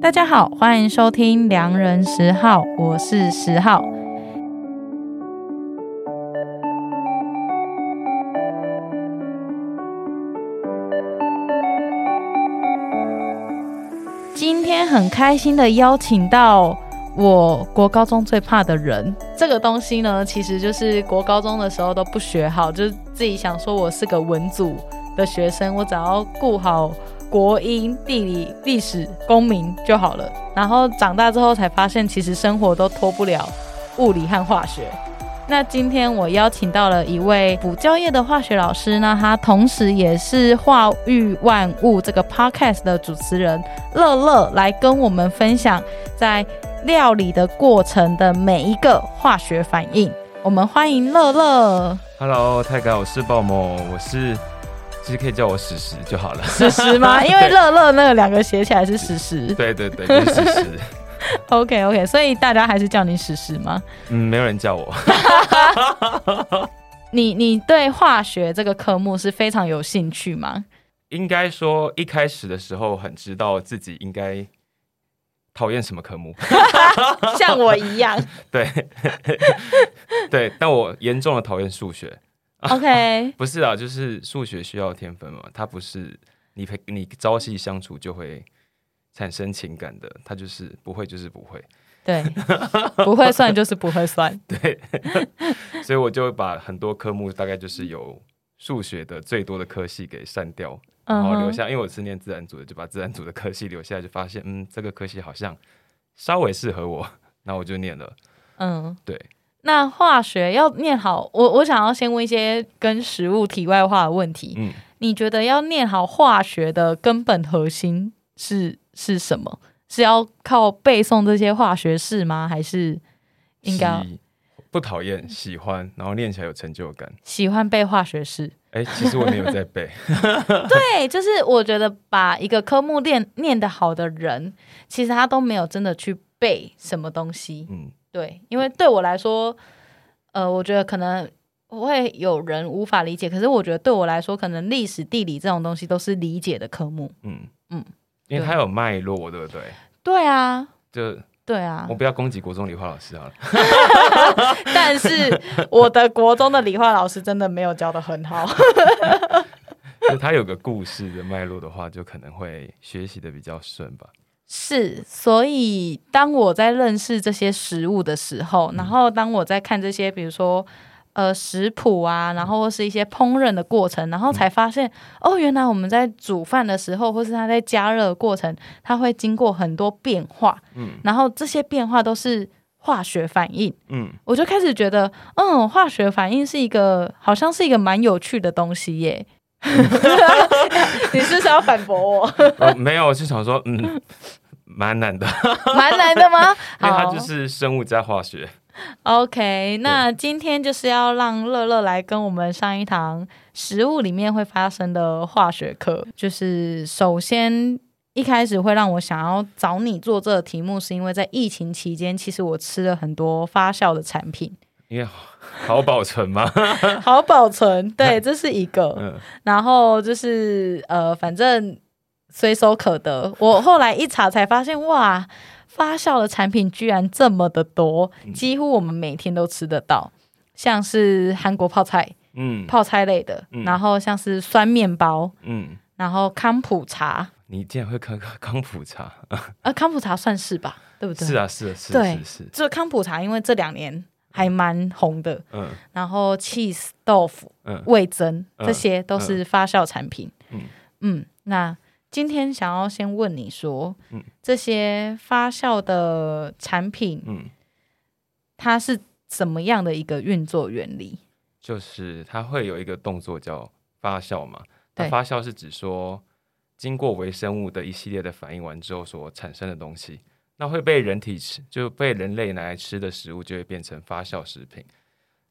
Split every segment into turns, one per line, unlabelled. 大家好，欢迎收听《良人十号》，我是十号。今天很开心的邀请到我国高中最怕的人，这个东西呢，其实就是国高中的时候都不学好，就是自己想说我是个文组的学生，我只要顾好国英、地理、历史、公民就好了。然后长大之后才发现，其实生活都脱不了物理和化学。那今天我邀请到了一位补教业的化学老师，那他同时也是《化育万物》这个 podcast 的主持人乐乐，来跟我们分享在料理的过程的每一个化学反应。我们欢迎乐乐，
Hello，泰哥，我是鲍某，我是其实可以叫我史实就好了。
史实吗？因为乐乐那个两个写起来是史实。
对对对，就是史实。
OK OK，所以大家还是叫你史实吗？
嗯，没有人叫我。
你你对化学这个科目是非常有兴趣 吗？
应该说一开始的时候很知道自己应该讨厌什么科目，
像我一样。
对对，但我严重的讨厌数学。
OK，
不是啊，就是数学需要天分嘛，它不是你陪你朝夕相处就会产生情感的，它就是不会就是不会。
对，不会算就是不会 算。
所以我就把很多科目大概就是由数学的最多的科系给删掉，
嗯
然后留下，因为我是念自然组的，就把自然组的科系留下来，就发现嗯，这个科系好像稍微适合我，那我就念了。
嗯，
对。
那化学要念好，我我想要先问一些跟食物题外话的问题。
嗯，
你觉得要念好化学的根本核心是是什么？是要靠背诵这些化学式吗？还是应该要
喜不讨厌，喜欢，然后念起来有成就感。
喜欢背化学式？
哎，其实我没有在背，
对，就是我觉得把一个科目念念得好的人，其实他都没有真的去背什么东西。
嗯，
对，因为对我来说，呃，我觉得可能会有人无法理解，可是我觉得对我来说，可能历史、地理这种东西都是理解的科目。
嗯
嗯
嗯，因为它有脉络，对不对？
对啊，
就
对啊
我，不要攻击国中理化老师好了，
但是我的国中的理化老师真的没有教的很好。
就它有个故事的脉络的话，就可能会学习的比较顺吧。
是，所以当我在认识这些食物的时
嗯
候，然后当我在看这些，比如说呃食谱
嗯
啊，然后或是一些烹饪的过程，然后才发现、哦，原来我们在煮饭的时候，或是它在加热的过程，它会经过很多变化，
嗯
然后这些变化都是化学反应。
嗯，
我就开始觉得，嗯，化学反应是一个好像是一个蛮有趣的东西 耶。你是不是要反驳 我？
呃，没有，是想说，嗯，蛮难的，
蛮难的吗？
因为它
好
就是生物加化学。
OK，那今天就是要让乐乐来跟我们上一堂食物里面会发生的化学课。就是首先一开始会让我想要找你做这个题目，是因为在疫情期间，其实我吃了很多发酵的产品，
因为好好保存嘛，
好保存。对，这是一个。
嗯，
然后就是呃，反正随手可得。我后来一查才发现，哇，发酵的产品居然这么的多，
嗯
几乎我们每天都吃得到，像是韩国泡菜、
嗯
泡菜类的，
嗯
然后像是酸面包，
嗯，
然后康普茶，
你竟然会喝康普茶？
呃，康普茶算是吧，对不对？
是啊，是啊，是
对
是是，
就康普茶，因为这两年还蛮红的，
嗯
然后 cheese 豆腐、
嗯，
味增，
嗯
这些都是发酵产品。嗯
嗯
那今天想要先问你说，
嗯
这些发酵的产品
嗯，
它是怎么样的一个运作原理？
就是它会有一个动作叫发酵嘛，那
对
发酵是指说经过微生物的一系列的反应完之后所产生的东西。那会被人体吃，就被人类拿来吃的食物就会变成发酵食品。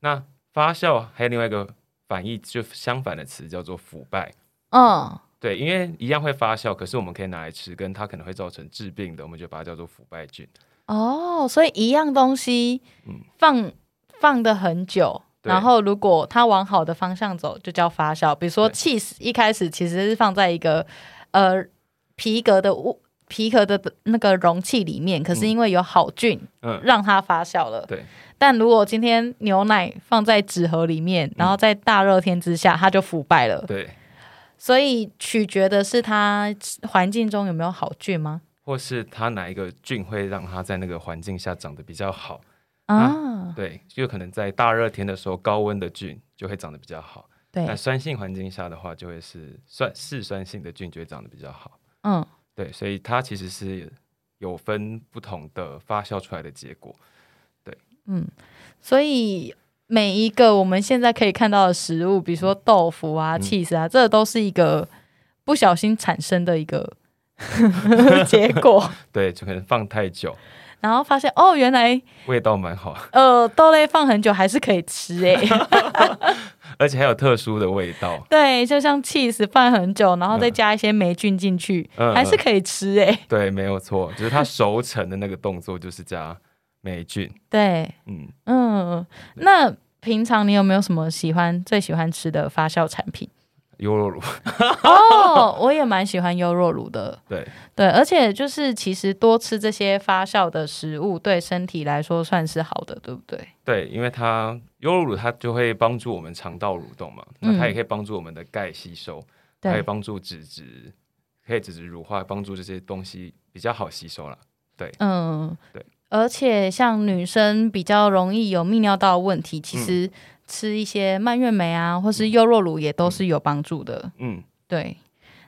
那发酵还有另外一个反义，就相反的词叫做腐败。
嗯，
对，因为一样会发酵，可是我们可以拿来吃，跟它可能会造成致病的，我们就把它叫做腐败菌。
哦，所以一样东西
嗯
放放的很久。
对
然后，如果它往好的方向走，就叫发酵。比如说
对
，cheese 一开始其实是放在一个呃皮革的物皮革的那个容器里面，可是因为有好菌
嗯，
让它发酵了。
对，
但如果今天牛奶放在纸盒里面，然后在大热天之下，它就腐败了。
对，
所以取决的是它环境中有没有好菌吗？
或是它哪一个菌会让它在那个环境下长得比较好？
啊，
对，就可能在大热天的时候，高温的菌就会长得比较好。那
对，
酸性环境下的话，就会是酸嗜酸性的菌就会长得比较好。
嗯，
对，所以它其实是有分不同的发酵出来的结果。
所以每一个我们现在可以看到的食物，比如说豆腐啊、
嗯
cheese 啊，这都是一个不小心产生的一个 结果。
对，就可能放太久，
然后发现哦，原来
味道蛮好，
呃豆类放很久还是可以吃欸诶、
而且还有特殊的味道。
对，就像 cheese 放很久，然后再
嗯
加一些霉菌进去，
嗯
还是可以吃欸诶、
对，没有错，就是它熟成的那个动作就是加霉菌。
对，
嗯，
嗯，那平常你有没有什么喜欢最喜欢吃的发酵产 品？
优酪乳。
哦，我也蛮喜欢优酪乳的。
对，
对，而且就是其实多吃这些发酵的食物，对身体来说算是好的，对不对？
对，因为它优酪乳它就会帮助我们肠道蠕动嘛，那
嗯
它也可以帮助我们的钙吸收，它也
对，
帮助脂质，可以脂质乳化，帮助这些东西比较好吸收啦。
嗯，
对。
而且像女生比较容易有泌尿道的问题，其
嗯
实吃一些蔓越莓啊，或是优酪乳也都是有帮助的。
嗯，
对，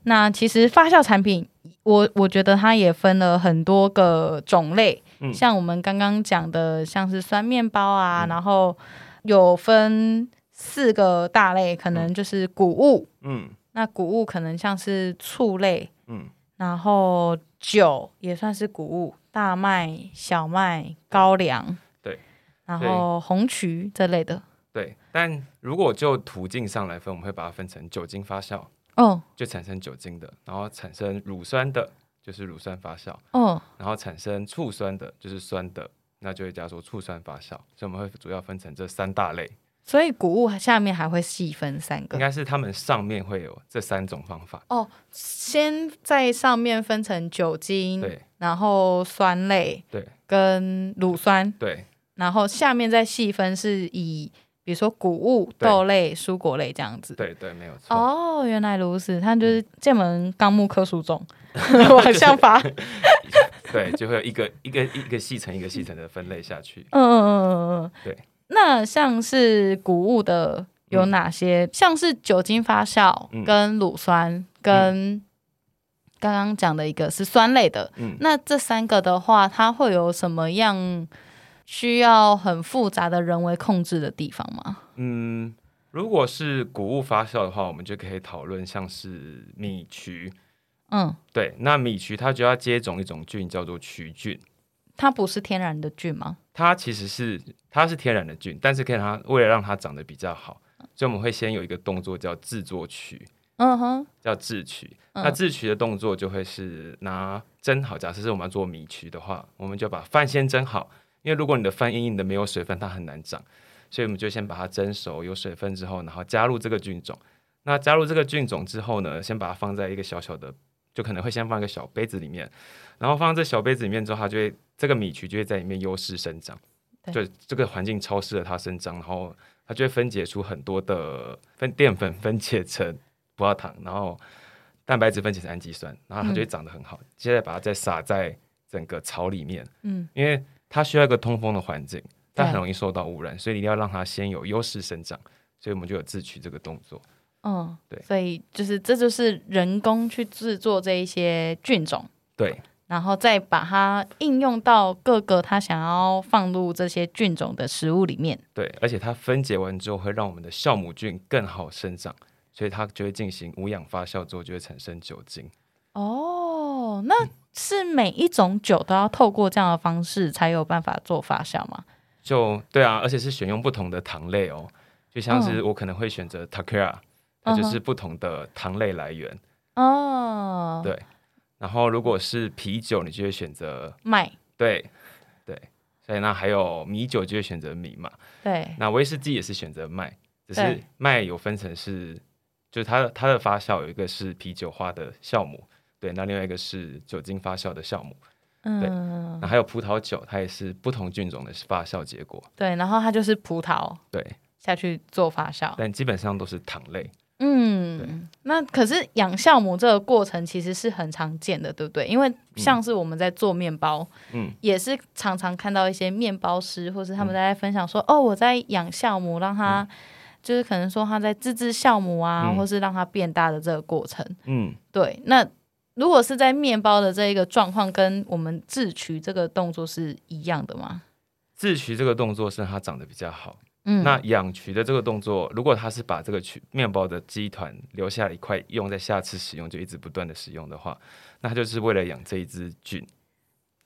那其实发酵产品，我我觉得它也分了很多个种类，
嗯
像我们刚刚讲的，像是酸面包啊，
嗯
然后有分四个大类，可能就是谷物，
嗯
那谷物可能像是醋类，
嗯
然后酒也算是谷物，大麦、小麦、高粱，
对，
然
对
后红曲这类的，
对。但如果就途径上来分，我们会把它分成酒精发酵，
哦
就产生酒精的，然后产生乳酸的，就是乳酸发酵，
哦，
然后产生醋酸的，就是酸的，那就会叫做醋酸发酵。所以我们会主要分成这三大类，
所以谷物下面还会细分三个
应。该是它们上面会有这三种方法。
哦，先在上面分成酒精，
对
然后酸类
对
跟乳酸，
对
然后下面再细分是以比如说谷物、
对
豆类、蔬果类这样子。
对对，没有错。
哦，原来如此，它就是剑门纲目科属 种往上发。嗯
对，就会有一个一个一个细层一个细层的分类下去。
嗯嗯嗯嗯，
对。
那像是谷物的有哪些？像是酒精发酵、
嗯
跟乳酸、跟刚刚讲的一个是酸类的，
嗯，
那这三个的话，它会有什么样需要很复杂的人为控制的地方吗？
嗯，如果是谷物发酵的话，我们就可以讨论像是米曲。
嗯，
对，那米曲它就要接种一种菌，叫做曲菌。
它不是天然的菌吗？
它其实是它是天然的菌，但是可以让它为了让它长得比较好，所以我们会先有一个动作叫制作曲，
嗯哼，
叫制曲。
嗯
那制曲的动作就会是拿蒸好，假设是我们要做米曲的话，我们就把饭先蒸好，因为如果你的饭硬硬的没有水分，它很难长，所以我们就先把它蒸熟，有水分之后，然后加入这个菌种。那加入这个菌种之后呢，先把它放在一个小小的，就可能会先放一个小杯子里面，然后放在这小杯子里面之后，它就会这个米曲就会在里面优势生长，
对
就这个环境超适合它生长，然后它就会分解出很多的分淀粉分解成葡萄糖，然后蛋白质分解成氨基酸，然后它就
嗯
会长得很好。接下来把它再撒在整个槽里面，
嗯，
因为它需要一个通风的环境，它很容易受到污染，所以一定要让它先有优势生长。所以我们就有自取这个动作。
嗯，
对
所以就是这就是人工去制作这一些菌种，
对
然后再把它应用到各个它想要放入这些菌种的食物里面。
对，而且它分解完之后会让我们的酵母菌更好生长，所以它就会进行无氧发酵之后就会产生酒精。
哦，那是每一种酒都要透过这样的方式才有办法做发酵吗？
就对啊，而且是选用不同的糖类哦，就像是我可能会选择 Takara，、它就是不同的糖类来源。
嗯哦，
对然后如果是啤酒，你就会选择
麦，
对对，所以那还有米酒就会选择米嘛，
对，
那威士忌也是选择麦，只是
对
麦有分成是，就是它的它的发酵有一个是啤酒花的酵母，对，那另外一个是酒精发酵的酵母，
嗯
那，还有葡萄酒，它也是不同菌种的发酵结果。
对，然后它就是葡萄
对，
下去做发酵。
但基本上都是糖类。
嗯，那可是养酵母这个过程其实是很常见的，对不对？因为像是我们在做面包，
嗯，
也是常常看到一些面包师或是他们在分享说，哦，我在养酵母，让它、就是可能说他在自制酵母啊，
嗯
或是让它变大的这个过程。
嗯，
对，那如果是在面包的这一个状况，跟我们制取这个动作是一样的吗？
自取这个动作是它长得比较好。
嗯，
那养曲的这个动作，如果它是把这个曲面包的基团留下一块，用在下次使用，就一直不断的使用的话，那它就是为了养这一只菌。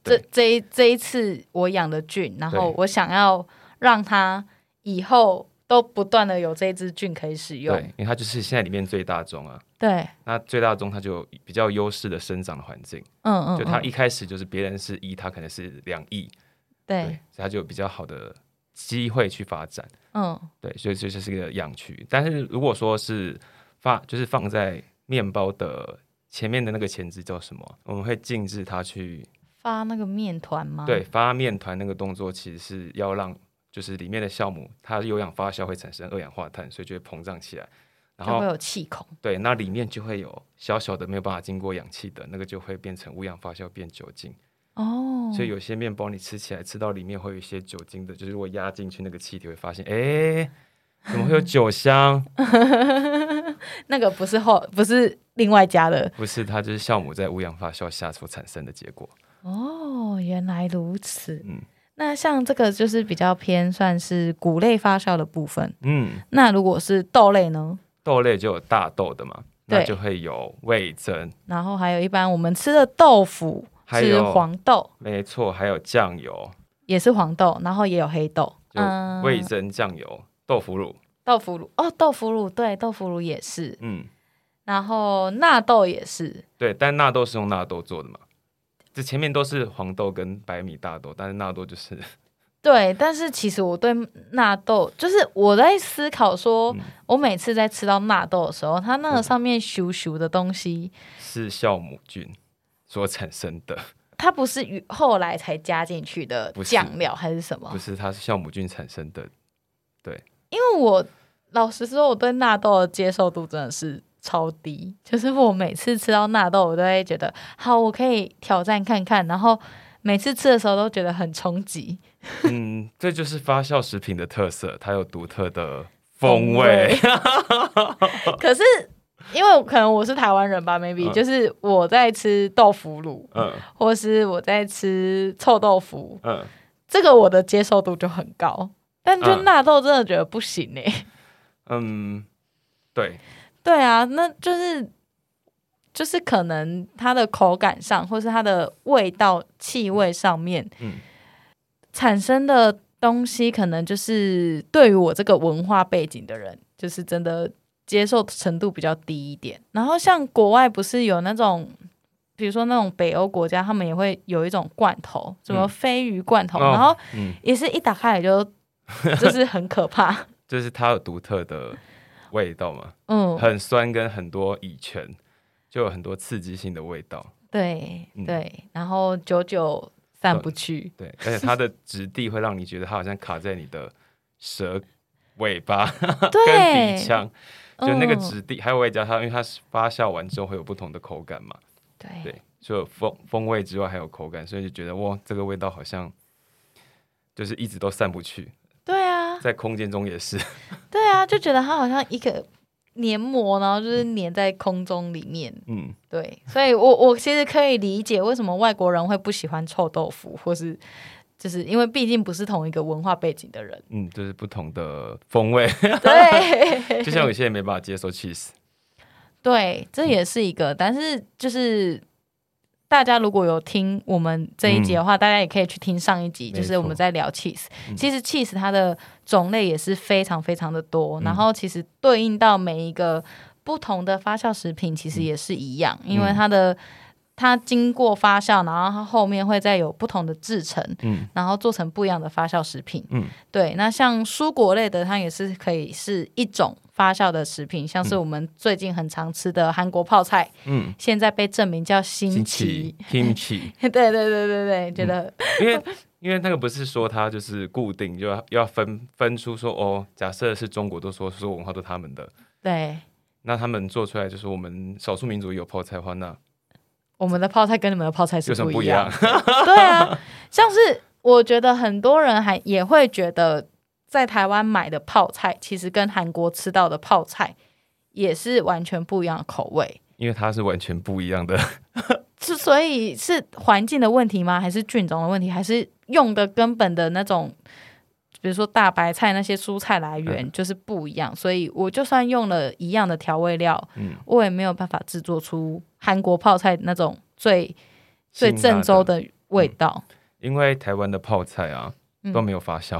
这
对
这一这一次我养的菌，然后
对
我想要让它以后都不断的有这一支菌可以使用
对。，因为它就是现在里面最大宗啊。
对，
那最大宗它就有比较优势的生长的环境，
嗯嗯，
就它
嗯
一开始就是别人是一，它可能是两亿，对，所
对
以，它就有比较好的机会去发展。
嗯
对，所以这就是一个养区。但是如果说是发，就是放在面包的前面的那个前置叫什么？我们会禁止它去
发那个面团吗？
对，发面团那个动作，其实是要让就是里面的酵母它有氧发酵会产生二氧化碳，所以就会膨胀起来。然
它会
后
有气孔。
对，那里面就会有小小的没有办法经过氧气的那个，就会变成无氧发酵变酒精。
哦，
所以有些面包你吃起来吃到里面会有一些酒精的，就是如果压进去那个气体会发现，哎，怎么会有酒香？
那个不是后，不是另外加的。
不是，它就是酵母在无氧发酵下所产生的结果。
哦，原来如此。
嗯
那像这个就是比较偏算是谷类发酵的部分。
嗯，
那如果是豆类呢？
豆类就有大豆的嘛，
对
那就会有味增，
然后还有一般我们吃的豆腐
还
是
有
黄豆，
没错，还有酱油，
也是黄豆，然后也有黑豆，嗯
就味增酱油、豆腐乳，
豆腐乳哦，豆腐乳对，豆腐乳也是，
嗯，
然后纳豆也是，
对，但纳豆是用纳豆做的嘛。这前面都是黄豆跟白米大豆，但是纳豆就是
对。但是其实我对纳豆，就是我在思考说，
嗯
我每次在吃到纳豆的时候，它那个
嗯
上面咻咻的东西，
是酵母菌所产生的，
它不是与后来才加进去的
不是
酱料还是什么
不？是它是酵母菌产生的。
因为我老实说，我对纳豆的接受度真的是超低。 就是我每次吃到纳豆，我都会觉得好，我可以挑战看看。然后每次吃的时候都觉得很冲击
嗯，这就是发酵食品的特色，它有独特的风味。。
可是因为可能我是台湾人吧，maybe、
嗯
就是我在吃豆腐乳，
嗯
或是我在吃臭豆腐，
嗯，
这个我的接受度就很高。但就
嗯
纳豆真的觉得不行哎、
嗯，对，
对啊，那就是就是可能它的口感上，或是它的味道、气味上面
嗯
产生的东西，可能就是对于我这个文化背景的人，就是真的接受程度比较低一点。然后像国外不是有那种。比如说那种北欧国家，他们也会有一种罐头，什么
嗯
鲱鱼罐头，
哦
然后
嗯，
也是一打开来 就就是很可怕，
就是它有独特的味道嘛，
嗯，
很酸跟很多乙醛，就有很多刺激性的味道。
对
嗯
对，然后久久散不去，
对，而且它的质地会让你觉得它好像卡在你的舌尾巴跟
对，
鼻腔，就那个
嗯
质地，还有外加它，因为它是发酵完之后会有不同的口感嘛，
对
对，除了风风味之外还有口感，所以就觉得哇，这个味道好像就是一直都散不去，
对啊，
在空间中也是。
对啊，就觉得它好像一个黏膜，然后就是黏在空中里面。
嗯，
对，所以我我其实可以理解为什么外国人会不喜欢臭豆腐，或是就是因为毕竟不是同一个文化背景的人。
嗯，就是不同的风味，
对，
就像有些人没办法接受 cheese，
对，这也是一个，但是就是。大家如果有听我们这一节的话，大家也可以去听上一集，
嗯没
就是我们
错
在聊 cheese。
嗯
其实 cheese 它的种类也是非常非常的多，
嗯
然后其实对应到每一个不同的发酵食品，其实也是一样，
嗯
因为它的它经过发酵，然后它后面会再有不同的制成，
嗯
然后做成不一样的发酵食品。
嗯，
对，那像蔬果类的，它也是可以是一种发酵的食品，像是我们最近很常吃的韩国泡菜，
嗯，
现在被证明叫新
新
奇
奇。kimchi， 嗯
对对对对对，觉得
因为因为那个不是说它就是固定，就要要分分出说哦，假设是中国都说说文化都他们的，
对
那他们做出来就是我们少数民族有泡菜的话，那
我们的泡菜跟你们的泡菜是
有什么
不
不
一
一
样
样？？
对啊，像是我觉得很多人还也会觉得，在台湾买的泡菜，其实跟韩国吃到的泡菜也是完全不一样的口味。
因为它是完全不一样的。
是所以是环境的问题吗？还是菌种的问题？还是用的根本的那种，比如说大白菜那些蔬菜来
嗯
源就是不一样，所以我就算用了一样的调味料，
嗯，
我也没有办法制作出韩国泡菜那种最最
辛辣嗯
正宗，的味道。
因为台湾的泡菜啊
嗯
都没有发酵，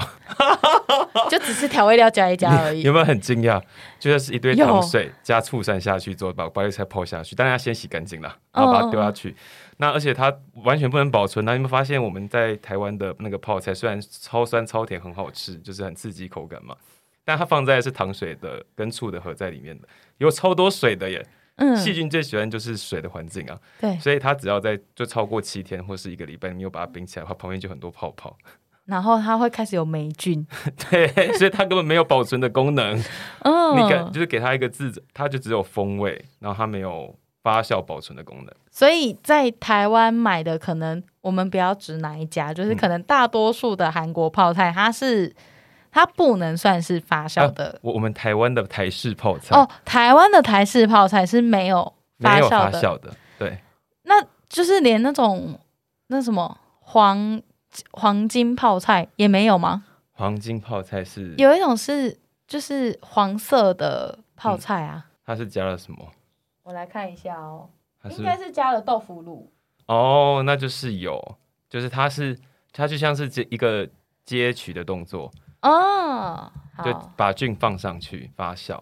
就只是调味料加一加而已
有。没有很惊讶？就是一堆
有
糖水加醋散下去之后，把白菜泡下去，当然要先洗干净了，然后把它丢下去。那而且它完全不能保存。那你有没有发现我们在台湾的那个泡菜虽然超酸超甜，很好吃，就是很刺激口感嘛，但它放在是糖水的跟醋的合在里面的，有超多水的耶。
嗯，
细菌最喜欢就是水的环境啊，
对。
所以它只要在就超过七天或是一个礼拜，你没有把它冰起来的话，旁边就很多泡泡。
然后它会开始有霉菌。
对，所以它根本没有保存的功能。
嗯，
你感就是给它一个字，它就只有风味，然后它没有发酵保存的功能。
所以在台湾买的，可能我们不要指哪一家，就是可能大多数的韩国泡菜，它是它不能算是发酵的、
我我们台湾的台式泡菜、
哦。台湾的台式泡菜是没有
嗯没有
发
发
酵的
酵的，对，
那就是连那种那什么黄黄金泡菜也没有吗？
黄金泡菜是
有一种是就是黄色的泡菜啊，
它是加了什么？
我来看一下哦，
它是
应该是加了豆腐乳。
哦，那就是有，就是它是它就像是接一个接取的动作，
哦，
就
好，
把菌放上去发酵。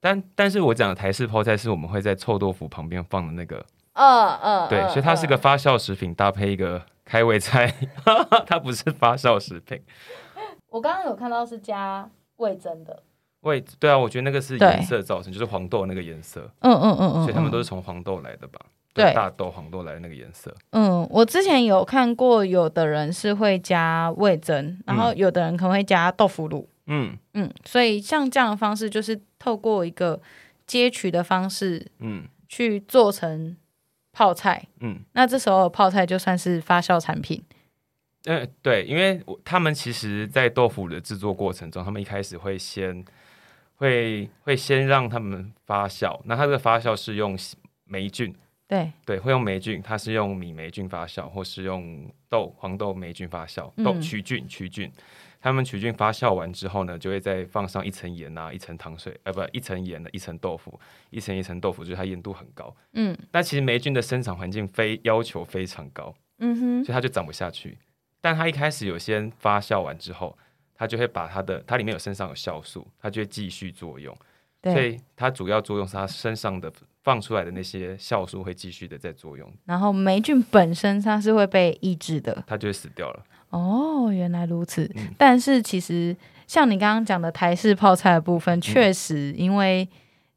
但但是我讲的台式泡菜是我们会在臭豆腐旁边放的那个，
嗯嗯，
对，
嗯
所以它是个，发酵食品搭配一个开胃菜， 它不是发酵食品。
嗯我刚刚有看到是加味增的，
味，对啊，我觉得那个是
对
颜色造成，就是黄豆那个颜色，
嗯嗯嗯嗯，
所以他们
嗯
都是从黄豆来的吧？
对
就是大豆、黄豆来的那个颜色。
嗯，我之前有看过有的人是会加味增，然后有的人可能会加豆腐乳，
嗯
嗯，所以像这样的方式就是透过一个接取的方式
嗯
去做成泡菜，
嗯，
那这时候泡菜就算是发酵产品，
呃，对，因为我他们其实，在豆腐的制作过程中，他们一开始会先会会先让他们发酵，那它这个发酵是用霉菌，
对，
对，会用霉菌，它是用米霉菌发酵，或是用豆黄豆霉菌发酵，
嗯
豆曲菌曲菌，他们曲菌发酵完之后呢，就会再放上一层盐啊，一层糖水，呃，不，一层盐的，一层豆腐，一层一层豆腐，就是它盐度很高。
嗯
但其实霉菌的生长环境非要求非常高，
嗯
所以它就长不下去。但它一开始有先发酵完之后，它就会把它的它里面有身上有酵素，它就会继续作用。
哼，
所
对，
以它主要作用是它身上的放出来的那些酵素会继续的在作用，
然后霉菌本身它是会被抑制的，
它就会死掉了。
哦，原来如此。
嗯
但是其实像你刚刚讲的台式泡菜的部分，确实因为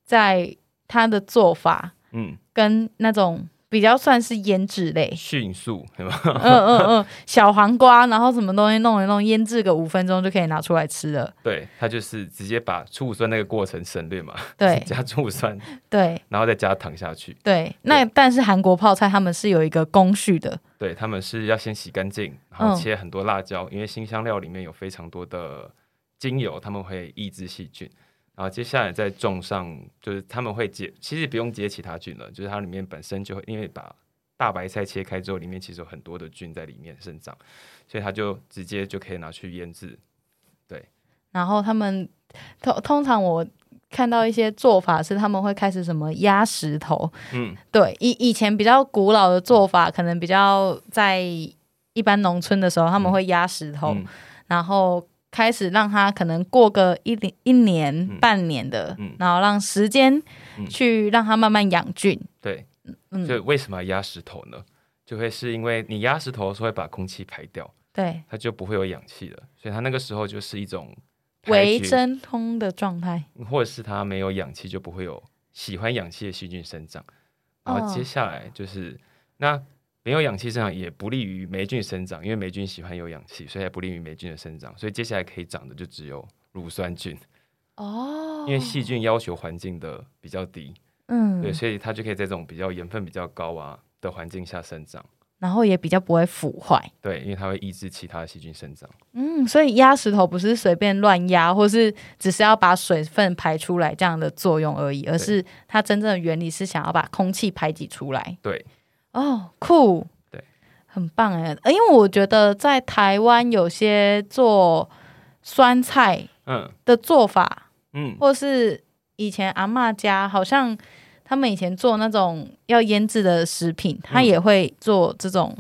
在它的做法
嗯，，
跟那种比较算是腌制类
迅速，对吧？
嗯嗯嗯，小黄瓜，然后什么东西弄一弄，腌制个五分钟就可以拿出来吃了。
对，它就是直接把醋酸那个过程省略嘛，
对
加醋酸，
对
然后再加糖下去。
对，那但是韩国泡菜他们是有一个工序的，
对，他们是要先洗干净，然后
嗯
切很多辣椒，因为新香料里面有非常多的精油，他们会抑制细菌。然后接下来再种上，就是他们会结，其实不用结其他菌了，就是它里面本身就会，因为把大白菜切开之后，里面其实有很多的菌在里面生长，所以它就直接就可以拿去腌制。
然后他们通通常我看到一些做法是他们会开始什么压石头，
嗯，
对，以以前比较古老的做法，可能比较在一般农村的时候，他们会压石头，
嗯
然后开始让它可能过个一年、一年、
嗯
半年的，
嗯
然后让时间
嗯
去让它慢慢养菌。
对，
嗯，
所以为什么要压石头呢？就会是因为你压石头的时候会把空气排掉，
对，
它就不会有氧气了，所以它那个时候就是一种排
微
绝，
真空的状态。
或者是它没有氧气就不会有喜欢氧气的细菌生长。然后
哦
接下来就是、那没有氧气生长也不利于霉菌生长，因为霉菌喜欢有氧气，所以也不利于霉菌的生长。所以接下来可以长的就只有乳酸菌，
哦
因为细菌要求环境的比较低，
嗯
对，所以它就可以在这种比较盐分比较高啊的环境下生长。
然后也比较不会腐坏。
对，因为它会抑制其他的细菌生长。
嗯，所以压石头不是随便乱压，或是只是要把水分排出来这样的作用而已，而是它真正的原理是想要把空气排挤出来。
对，
哦，酷，
对，
很棒哎，呃因为我觉得在台湾有些做酸菜
嗯
的做法，
嗯，
或是以前阿嬷家好像。他们以前做那种要腌制的食品，他
嗯
也会做这种、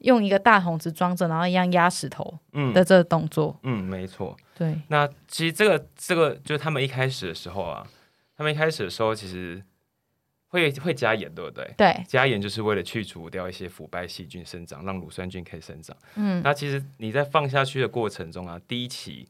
用一个大桶子装着，然后一样压石头
嗯
的这个动作。
嗯，没错。
对，
那其实这个这个就是他们一开始的时候啊，他们一开始的时候其实会会加盐，对不对？
对，
加盐就是为了去除掉一些腐败细菌生长，让乳酸菌可以生长。
嗯，
那其实你在放下去的过程中啊，第一期，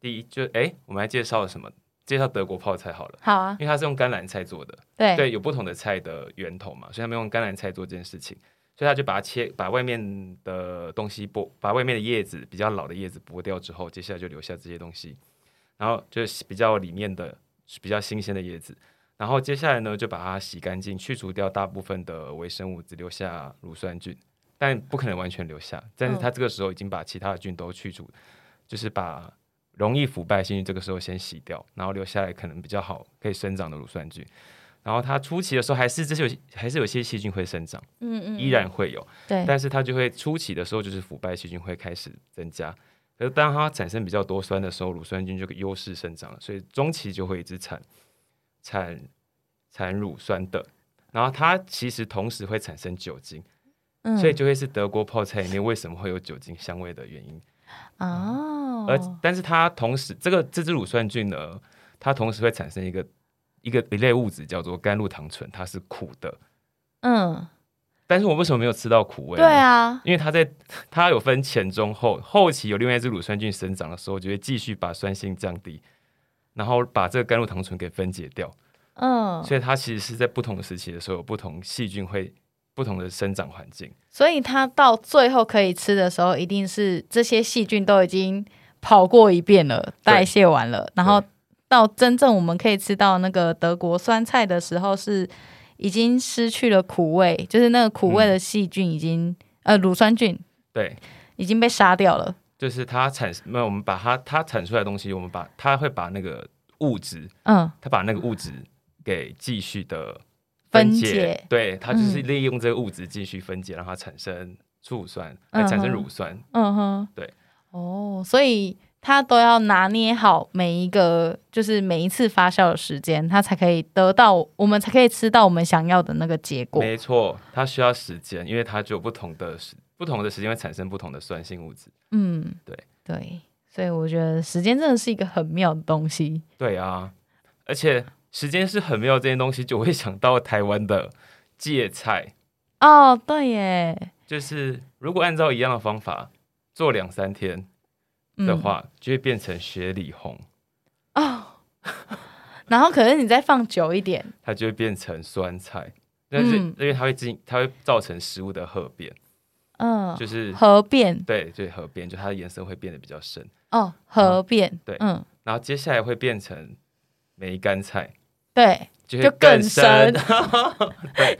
第一就哎，我们还介绍了什么？介绍德国泡菜好了，
好啊
因，为它是用甘蓝菜做的。
对，
对，有不同的菜的源头嘛，所以他们用甘蓝菜做这件事情，所以他就把它切，把外面的东西剥，把外面的叶子比较老的叶子剥掉之后，接下来就留下这些东西，然后就是比较里面的比较新鲜的叶子，然后接下来呢就把它洗干净，去除掉大部分的微生物，只留下乳酸菌，但不可能完全留下，但是
嗯
它这个时候已经把其他的菌都去除，就是把。容易腐败的细菌这个时候先洗掉，然后留下来可能比较好可以生长的乳酸菌。然后它初期的时候还是这些有还是有些细菌会生长，
嗯嗯，
依然会有，
对，
但是它就会初期的时候就是腐败细菌会开始增加。可是当它产生比较多酸的时候，乳酸菌就优势生长了，所以中期就会一直产产产乳酸的。然后它其实同时会产生酒精，
嗯
所以就会是德国泡菜里面为什么会有酒精香味的原因。
哦，
而但是它同时这个这支乳酸菌呢，它同时会产生一个一个一类物质叫做甘露糖醇，它是苦的。
嗯，
但是我为什么没有吃到苦味？
对，啊，
因为它在 它有分前中后，后期有另外一只乳酸菌生长的时候，就会继续把酸性降低，然后把这个甘露糖醇给分解掉。
嗯，
所以它其实是在不同的时期的时候，有不同细菌会不同的生长环境。
所以它到最后可以吃的时候，一定是这些细菌都已经跑过一遍了，代谢完了，然后到真正我们可以吃到那个德国酸菜的时候，是已经失去了苦味，就是那个苦味的细菌已经、呃乳酸菌
对，
已经被杀掉了。
就是它产那我们把它它产出来的东西，我们把它会把那个物质，
嗯，
它把那个物质给继续的
分
解，
解嗯
对，它就是利用这个物质继续分解，让它产生醋酸，来产生
嗯哼
乳酸。
嗯哼，
对。
哦，所以他都要拿捏好每一个，就是每一次发酵的时间，他才可以得到，我们才可以吃到我们想要的那个结果。
没错，它需要时间，因为它就有不同的时不同的时间会产生不同的酸性物质。
嗯，
对
对，所以我觉得时间真的是一个很妙的东西。
对啊，而且时间是很没有这件东西，就会想到台湾的芥菜，
哦，对耶，
就是如果按照一样的方法做两三天
嗯
的话，就会变成雪里红，
哦，然后可是你再放久一点，
它就会变成酸菜。但是
嗯
因为它会进，它会造成食物的褐变，
嗯，
就是
合变
对，就是褐变，就它的颜色会变得比较深。
哦，合变，
对
嗯，
然后接下来会变成梅干菜，
对，
就会
就更
深
深。，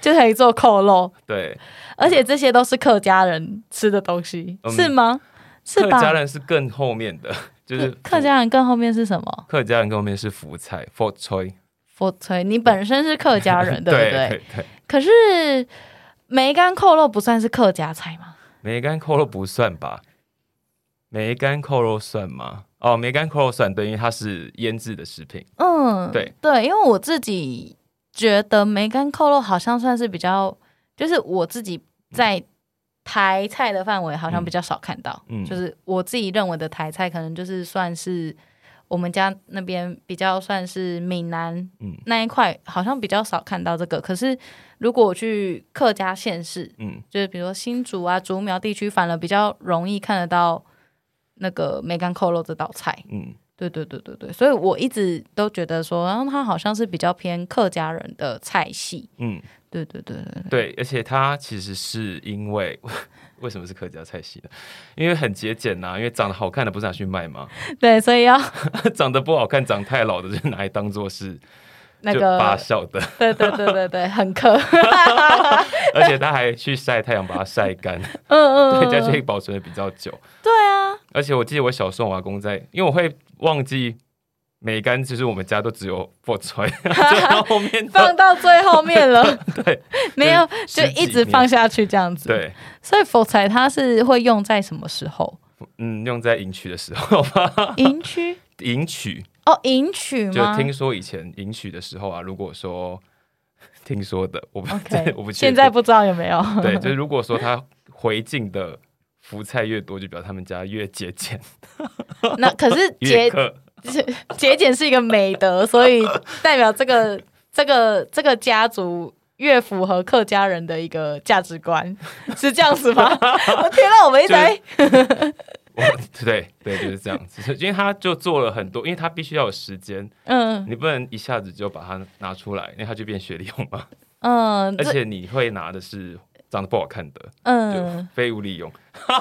就可以做扣肉。
对，
而且这些都是客家人吃的东西，
嗯
是吗？是
客
吧？
家人是更后面的， 就是
客客家人更后面是什么？
客家人跟后面是福菜 f o r t
佛吹，你本身是客家 人，对不
对
对？
对对，
可是梅干扣肉不算是客家菜吗？
梅干扣肉不算吧？梅干扣肉算吗？哦，梅干扣肉算，对，因为它是腌制的食品。
嗯，
对
对，因为我自己觉得梅干扣肉好像算是比较，就是我自己在台菜的范围好像比较少看到，
嗯嗯
就是我自己认为的台菜可能就是算是我们家那边比较算是闽南
嗯
那一块，好像比较少看到这个。可是如果我去客家县市，
嗯，
就是比如说新竹啊、竹苗地区，反而比较容易看得到那个梅干扣肉这道菜。
嗯，
对对对对对，所以我一直都觉得说，然后它好像是比较偏客家人的菜系。
嗯，
对对对对，
对，而且它其实是因为 为什么是客家菜系呢？因为很节俭啊呐、因为长得好看的不是拿去卖吗？
对对，所以要
长得不好看、长太老的就拿来当做是
那
就发
个，
酵的，
对对对对对，很 客，
而且他还去晒太阳把它晒干，
嗯嗯，
对，
嗯
这样就可以
嗯
保存的比较久。
对啊，
而且我记得我小时候我阿公在，因为我会忘记梅干，其实我们家都只有破 川， 就到后面
放
的
到最后面了，
对
没有就
十几
一直放下去这样子。，
对，
所以佛财它是会用在什么时候？
嗯，用在迎娶的时候 吧，
迎娶
迎娶
哦，迎娶
就
吗
听说 以前迎娶的时候啊，如果说听说的，我不
？OK，
我不确定
现在不知道有没 有。
对，就是如果说他回敬的福菜越多，就表示他们家越节俭，
那可是
越
节
克。
节俭是一个美德，所以代表这个 这个这个家族越符合客家人的一个价值观， 是这样子 吗？我天哪，我们一直在
我对对就是这样子，因为他就做了很多，因为他必须要有时间，
嗯
你不能一下子就把它拿出来，因为它就变学历用 嘛。
嗯，
而
这
且你会拿的是长得不好看的，就
嗯
非物利用。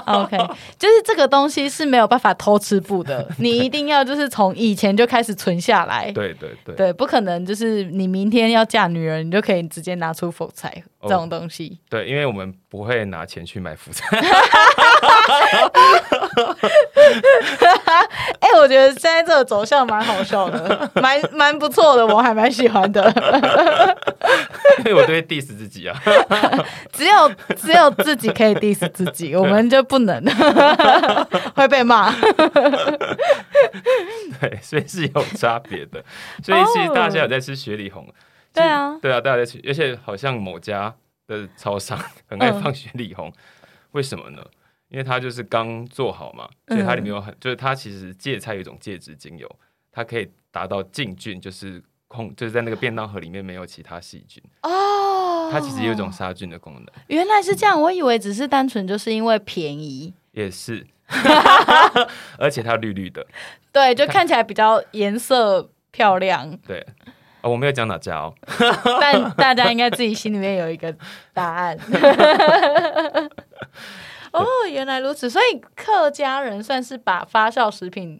，OK，就是这个东西是没有办法偷吃布 的，你一定要就是从以前就开始存下来。
对对对，
对，不可能，就是你明天要嫁女人，你就可以直接拿出否财
哦
这种东西。
对，因为我们不会拿钱去买福菜，
哎、我觉得现在这个走向蛮好笑 的，蛮蛮不错的，我还蛮喜欢的。
因为我都会 diss 自己啊。
只有只有自己可以 diss 自己，我们就不 能会被骂。
对，所以是有差别的。所以其实大家有在吃雪里红，其
对
实
啊
对啊，大家在吃，而且好像某家的超商很爱
嗯
放雪里红，为什么呢？因为它就是刚做好嘛，
嗯
所以它里面有很，就是它其实芥菜有一种芥子精油，它可以达到净菌，就是控，就是在那个便当盒里面没有其他细菌，
哦
它其实有一种杀菌 的功能，
原来是这样，我以为只是单纯就是因为便宜，
也是， 而且它绿绿的，
对，就看起来比较颜色漂 亮，
对，哦，我没有讲哪家哦，
但大家应该自己心里面有一个答 案。哦，原来如此，所以客家人算是把发酵食品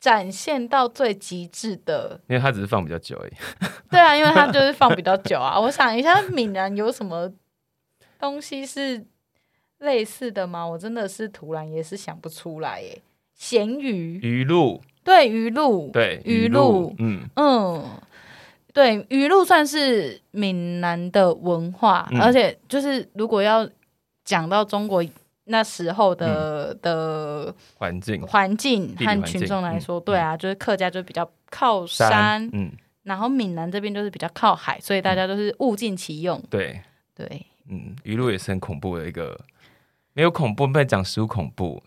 展现到最极致的
因为它只是放比较久而已。
对啊，因为它就是放比较久啊。我想一下，闽南有什么东西是类似的吗？我真的是突然也是想不出来耶。咸鱼，
鱼露，
对，鱼露，
对，
鱼露
嗯，
嗯，对，鱼露算是闽南的文化，
嗯
而且就是如果要讲到中国那时候的、的
环境
环境
嗯地理环
和
境
群众来说，
嗯
对啊，就是客家就比较靠山
嗯，
然后闽南这边就是比较靠海，所以大家都是物尽其用。
对，
对，
嗯，鱼露也是很恐怖的一个，没有恐怖，不能讲食物恐怖，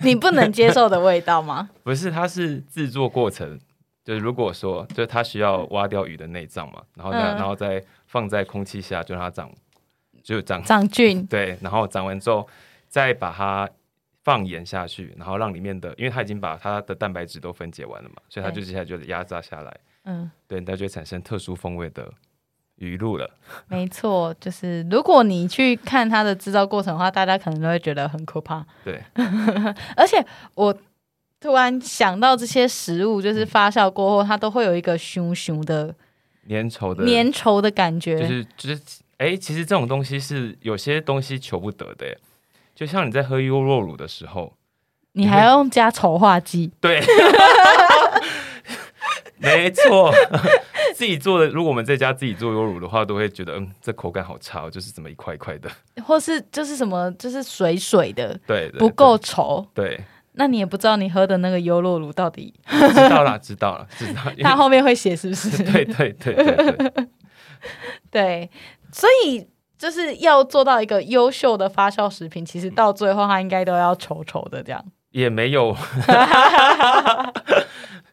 你不能接受的味道吗？
不是，它是制作过程。就是如果说，就是它需要挖掉鱼的内脏嘛，然后再、
嗯
然后再放在空气下，就让它长，就长
长菌，
对，然后长完之后再把它放盐下去，然后让里面的，因为它已经把它的蛋白质都分解完了嘛，所以它就
对
接下来就压榨下来，
嗯，
对，它就会产生特殊风味的鱼露了。
没错，就是如果你去看它的制造过程的话，大家可能都会觉得很可怕。
对，
而且我突然想到，这些食物就是发酵过后，它都会有一个熊熊的
粘稠的
粘稠的感觉。
哦就是就是，哎、其实这种东西是有些东西求不得的耶，就像你在喝优酪乳的时候，
你还要用加稠化剂，
对， 没错， 自己做的。如果我们在家自己做优酪乳的话，都会觉得，嗯，这口感好差、哦，就是怎么一块一块的，
或是就是什么，就是水水的，
对，对
不够，稠。
对，
那你也不知道你喝的那个优酪乳到底
对知道啦，知道啦，知道，因为
它后面会写是不 是？
对对对对对，
对，所以就是要做到一个优秀的发酵食品，其实到最后它应该都要稠稠的这样。
也没有，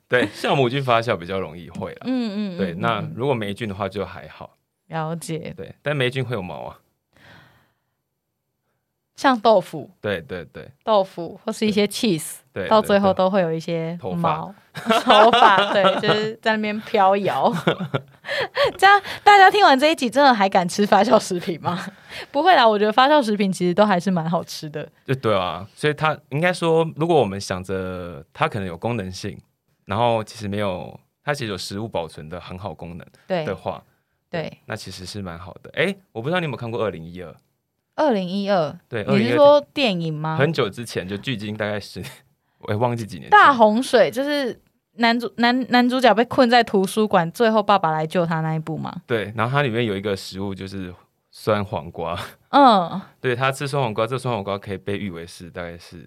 对，酵母菌发酵比较容易会啦。
嗯嗯，
对，
嗯
那
嗯
如果霉菌的话就还好，
了解
对，但霉菌会有毛啊，
像豆腐、
对对对
豆腐或是一些 cheese，
对，
到
对
最后
对
都会有一些
头发
毛、 头发，对，就是在那边飘摇。 这样大家听完这一集，真的还敢吃发酵食品吗？ 不会啦，我觉得发酵食品其实都还是蛮好吃的。
就对啊，所以它应该说，如果我们想着它可能有功能性，然后其实没有，它其实有食物保存的很好功能
对
的话，
对，
那其实是蛮好的。哎，我不知道你有没有看过《二零一二》？
二零一二，
对，二
你
零
是
一二
说电影吗？
很久之前就距今大概是， 我也忘记几年前。
大洪水就是男主男男主角被困在图书馆，最后爸爸来救他那一部吗？
对，然后它里面有一个食物就是酸黄瓜，
嗯，
对，它吃酸黄瓜，这酸黄瓜可以被誉为是大概是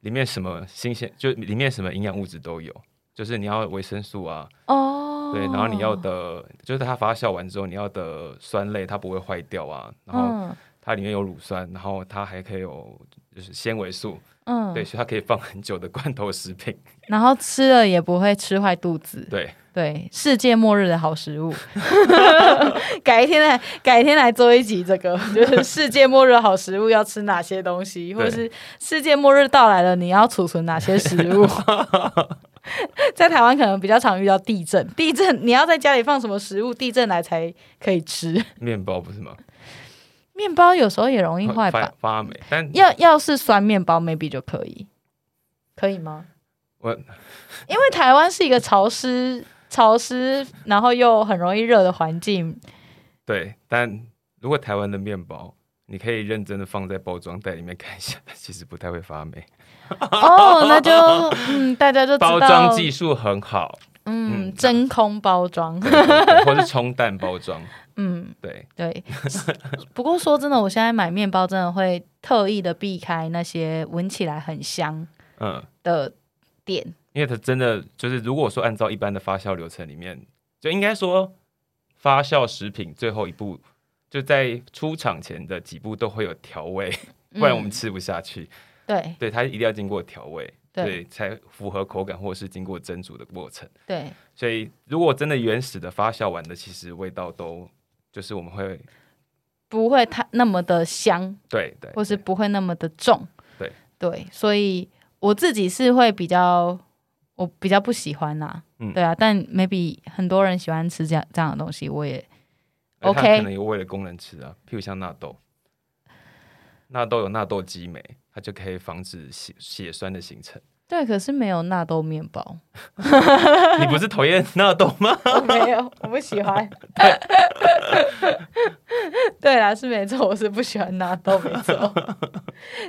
里面什么新鲜，就里面什么营养物质都有，就是你要维生素啊，
哦，
对，然后你要的就是它发酵完之后你要的酸类它不会坏掉啊，然后
嗯
它里面有乳酸，然后它还可以有就是纤维素，
嗯，
对，所以它可以放很久的罐头食品，
然后吃了也不会吃坏肚子，
对。
对，世界末日的好食物， 改天来改天来做一集这 个，就是世界末日的好食物要吃哪些东西，或者是世界末日到来了你要储存哪些食物。 在台湾可能比较常遇到地震，地震你要在家里放什么食物，地震来才可以吃。
面包不是吗？
面包有时候也容易坏
发
吧，
发霉，但
要要是酸面包 maybe 就可以，可以吗？
我
因为台湾是一个潮湿、潮湿，然后又很容易热的环境，
对，但如果台湾的面包，你可以认真的放在包装袋里面看一下， 它其实不太会发霉，
哦， 那就嗯，大家就知道
包装技术很好，
嗯，
嗯
真空包装，
对对对或是冲淡包装，
嗯，
对，
对。不过说真的，我现在买面包真的会特意的避开那些闻起来很香
嗯，
的店。
因为它真的就是，如果说按照一般的发酵流程里面，就应该说发酵食品最后一步。就在出厂前的几步都会有调味，
嗯
不然我们吃不下去。
对
对，它一定要经过调味，
对
对，才符合口感，或者是经过蒸煮的过程。
对，
所以如果真的原始的发酵完的，其实味道都就是我们会
不会太那么的香，
对对，
或是不会那么的重。
对
对，所以我自己是会比较，我比较不喜欢啦、
嗯
对啊，但 maybe 很多人喜欢吃这样这样的东西，我也
而它
OK
可能有为了功能吃啊，譬如像纳豆，纳豆有纳豆激酶，它就可以防止血血栓的形成。
对，可是没有纳豆面包。
你不是讨厌纳豆吗？
我 没有，我不喜 欢。对啦，是没错，我是不喜欢纳豆，没 错。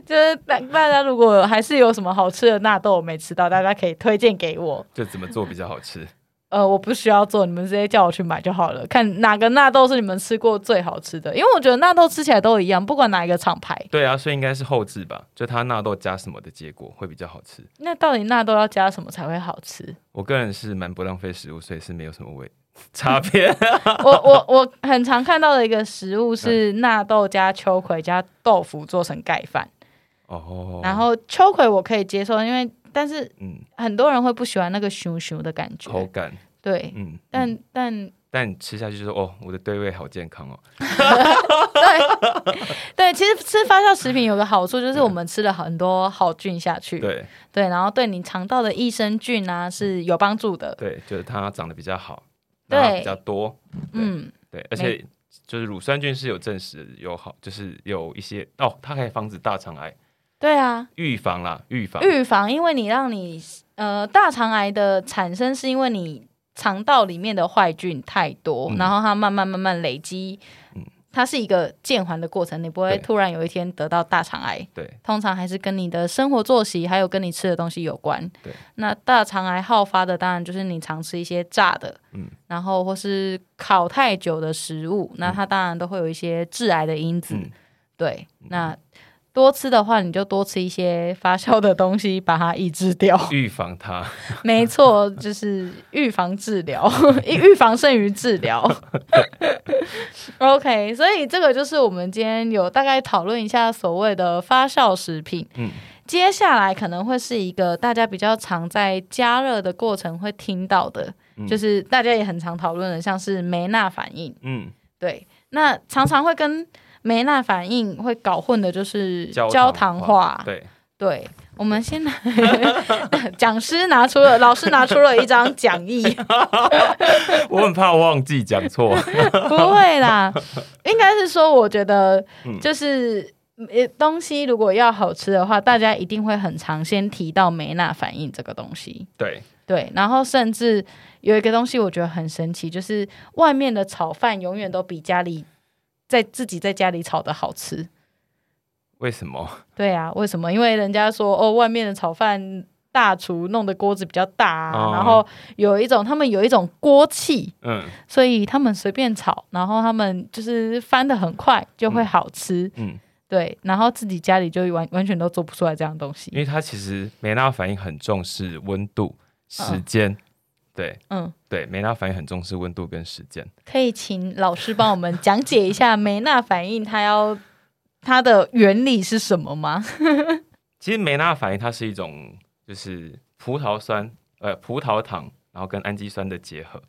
就是大大家如果还是有什么好吃的纳豆我没吃到，大家可以推荐给我。
就怎么做比较好吃？
呃，我不需要做，你们直接叫我去买就好了。看哪个纳豆是你们吃过最好吃的，因为我觉得纳豆吃起来都一样，不管哪一个厂牌。
对啊，所以应该是后置吧，就它纳豆加什么的结果会比较好吃。
那到底纳豆要加什么才会好吃？
我个人是蛮不浪费食物，所以是没有什么味 差别。
我我我很常看到的一个食物是纳豆加秋葵加豆腐做成盖饭。
哦，
然后秋葵我可以接受，因为但是
嗯，
很多人会不喜欢那个熊熊的感觉，
口感
对，
嗯，
但、
嗯
但
但你吃下去就说哦，我的对味好健康哦。
嗯对对，其实吃发酵食品有个好处就是我们吃了很多好菌下去，
对
对然后对你肠道的益生菌啊是有帮助的，
对，就是它长得比较好，
对
然后比较多，
嗯，
对，而且就是乳酸菌是有证实有好，就是有一些哦，它可以防止大肠癌，
对啊，
预防啦，预防，
预防，因为你让你呃大肠癌的产生是因为你肠道里面的坏菌太多，
嗯
然后它慢慢慢慢累积，
嗯
它是一个渐缓的过程，你不会
对
突然有一天得到大肠癌。
对
通常还是跟你的生活作息还有跟你吃的东西有关。
对，
那大肠癌好发的当然就是你常吃一些炸的，
嗯，
然后或是烤太久的食物，那它当然都会有一些致癌的因子。
嗯
对，那多吃的话，你就多吃一些发酵的东西，把它抑制掉。
预防它，
没错，就是预防治疗， 预防胜于治 疗。OK，所以这个就是我们今天有大概讨论一下所谓的发酵食品。
嗯，
接下来可能会是一个大家比较常在加热的过程会听到的，
嗯
就是大家也很常讨论的，像是梅纳反应。
嗯，
对，那常常会跟梅纳反应会搞混的就是
焦
糖
化
化。
对，
对，我们先来， 讲师拿出了，老师拿出了一张讲 义，
我很怕忘记讲错。
不会啦，应该是说，我觉得
嗯
就是。呃东西如果要好吃的话，大家一定会很常先提到梅纳反应这个东西。
对，
对，然后甚至有一个东西我觉得很神奇，就是外面的炒饭永远都比家里在自己在家里炒的好吃。
为什么？
对啊，为什么？因为人家说哦，外面的炒饭大厨弄的锅子比较大、啊，
哦
然后有一种他们有一种锅气，
嗯
所以他们随便炒，然后他们就是翻的很快就会好吃。
嗯，
对，然后自己家里就完完全都做不出来这样的东
因
西。
为它其实梅纳反应很重视温度、时间。对
嗯，
对，梅纳反应很重视温度跟时间。
可以请老师帮我们讲解一下梅纳反应，它要它的原理是什么吗？
其实梅纳反应它是一种就是葡萄酸呃葡萄糖，然后跟氨基酸的结合，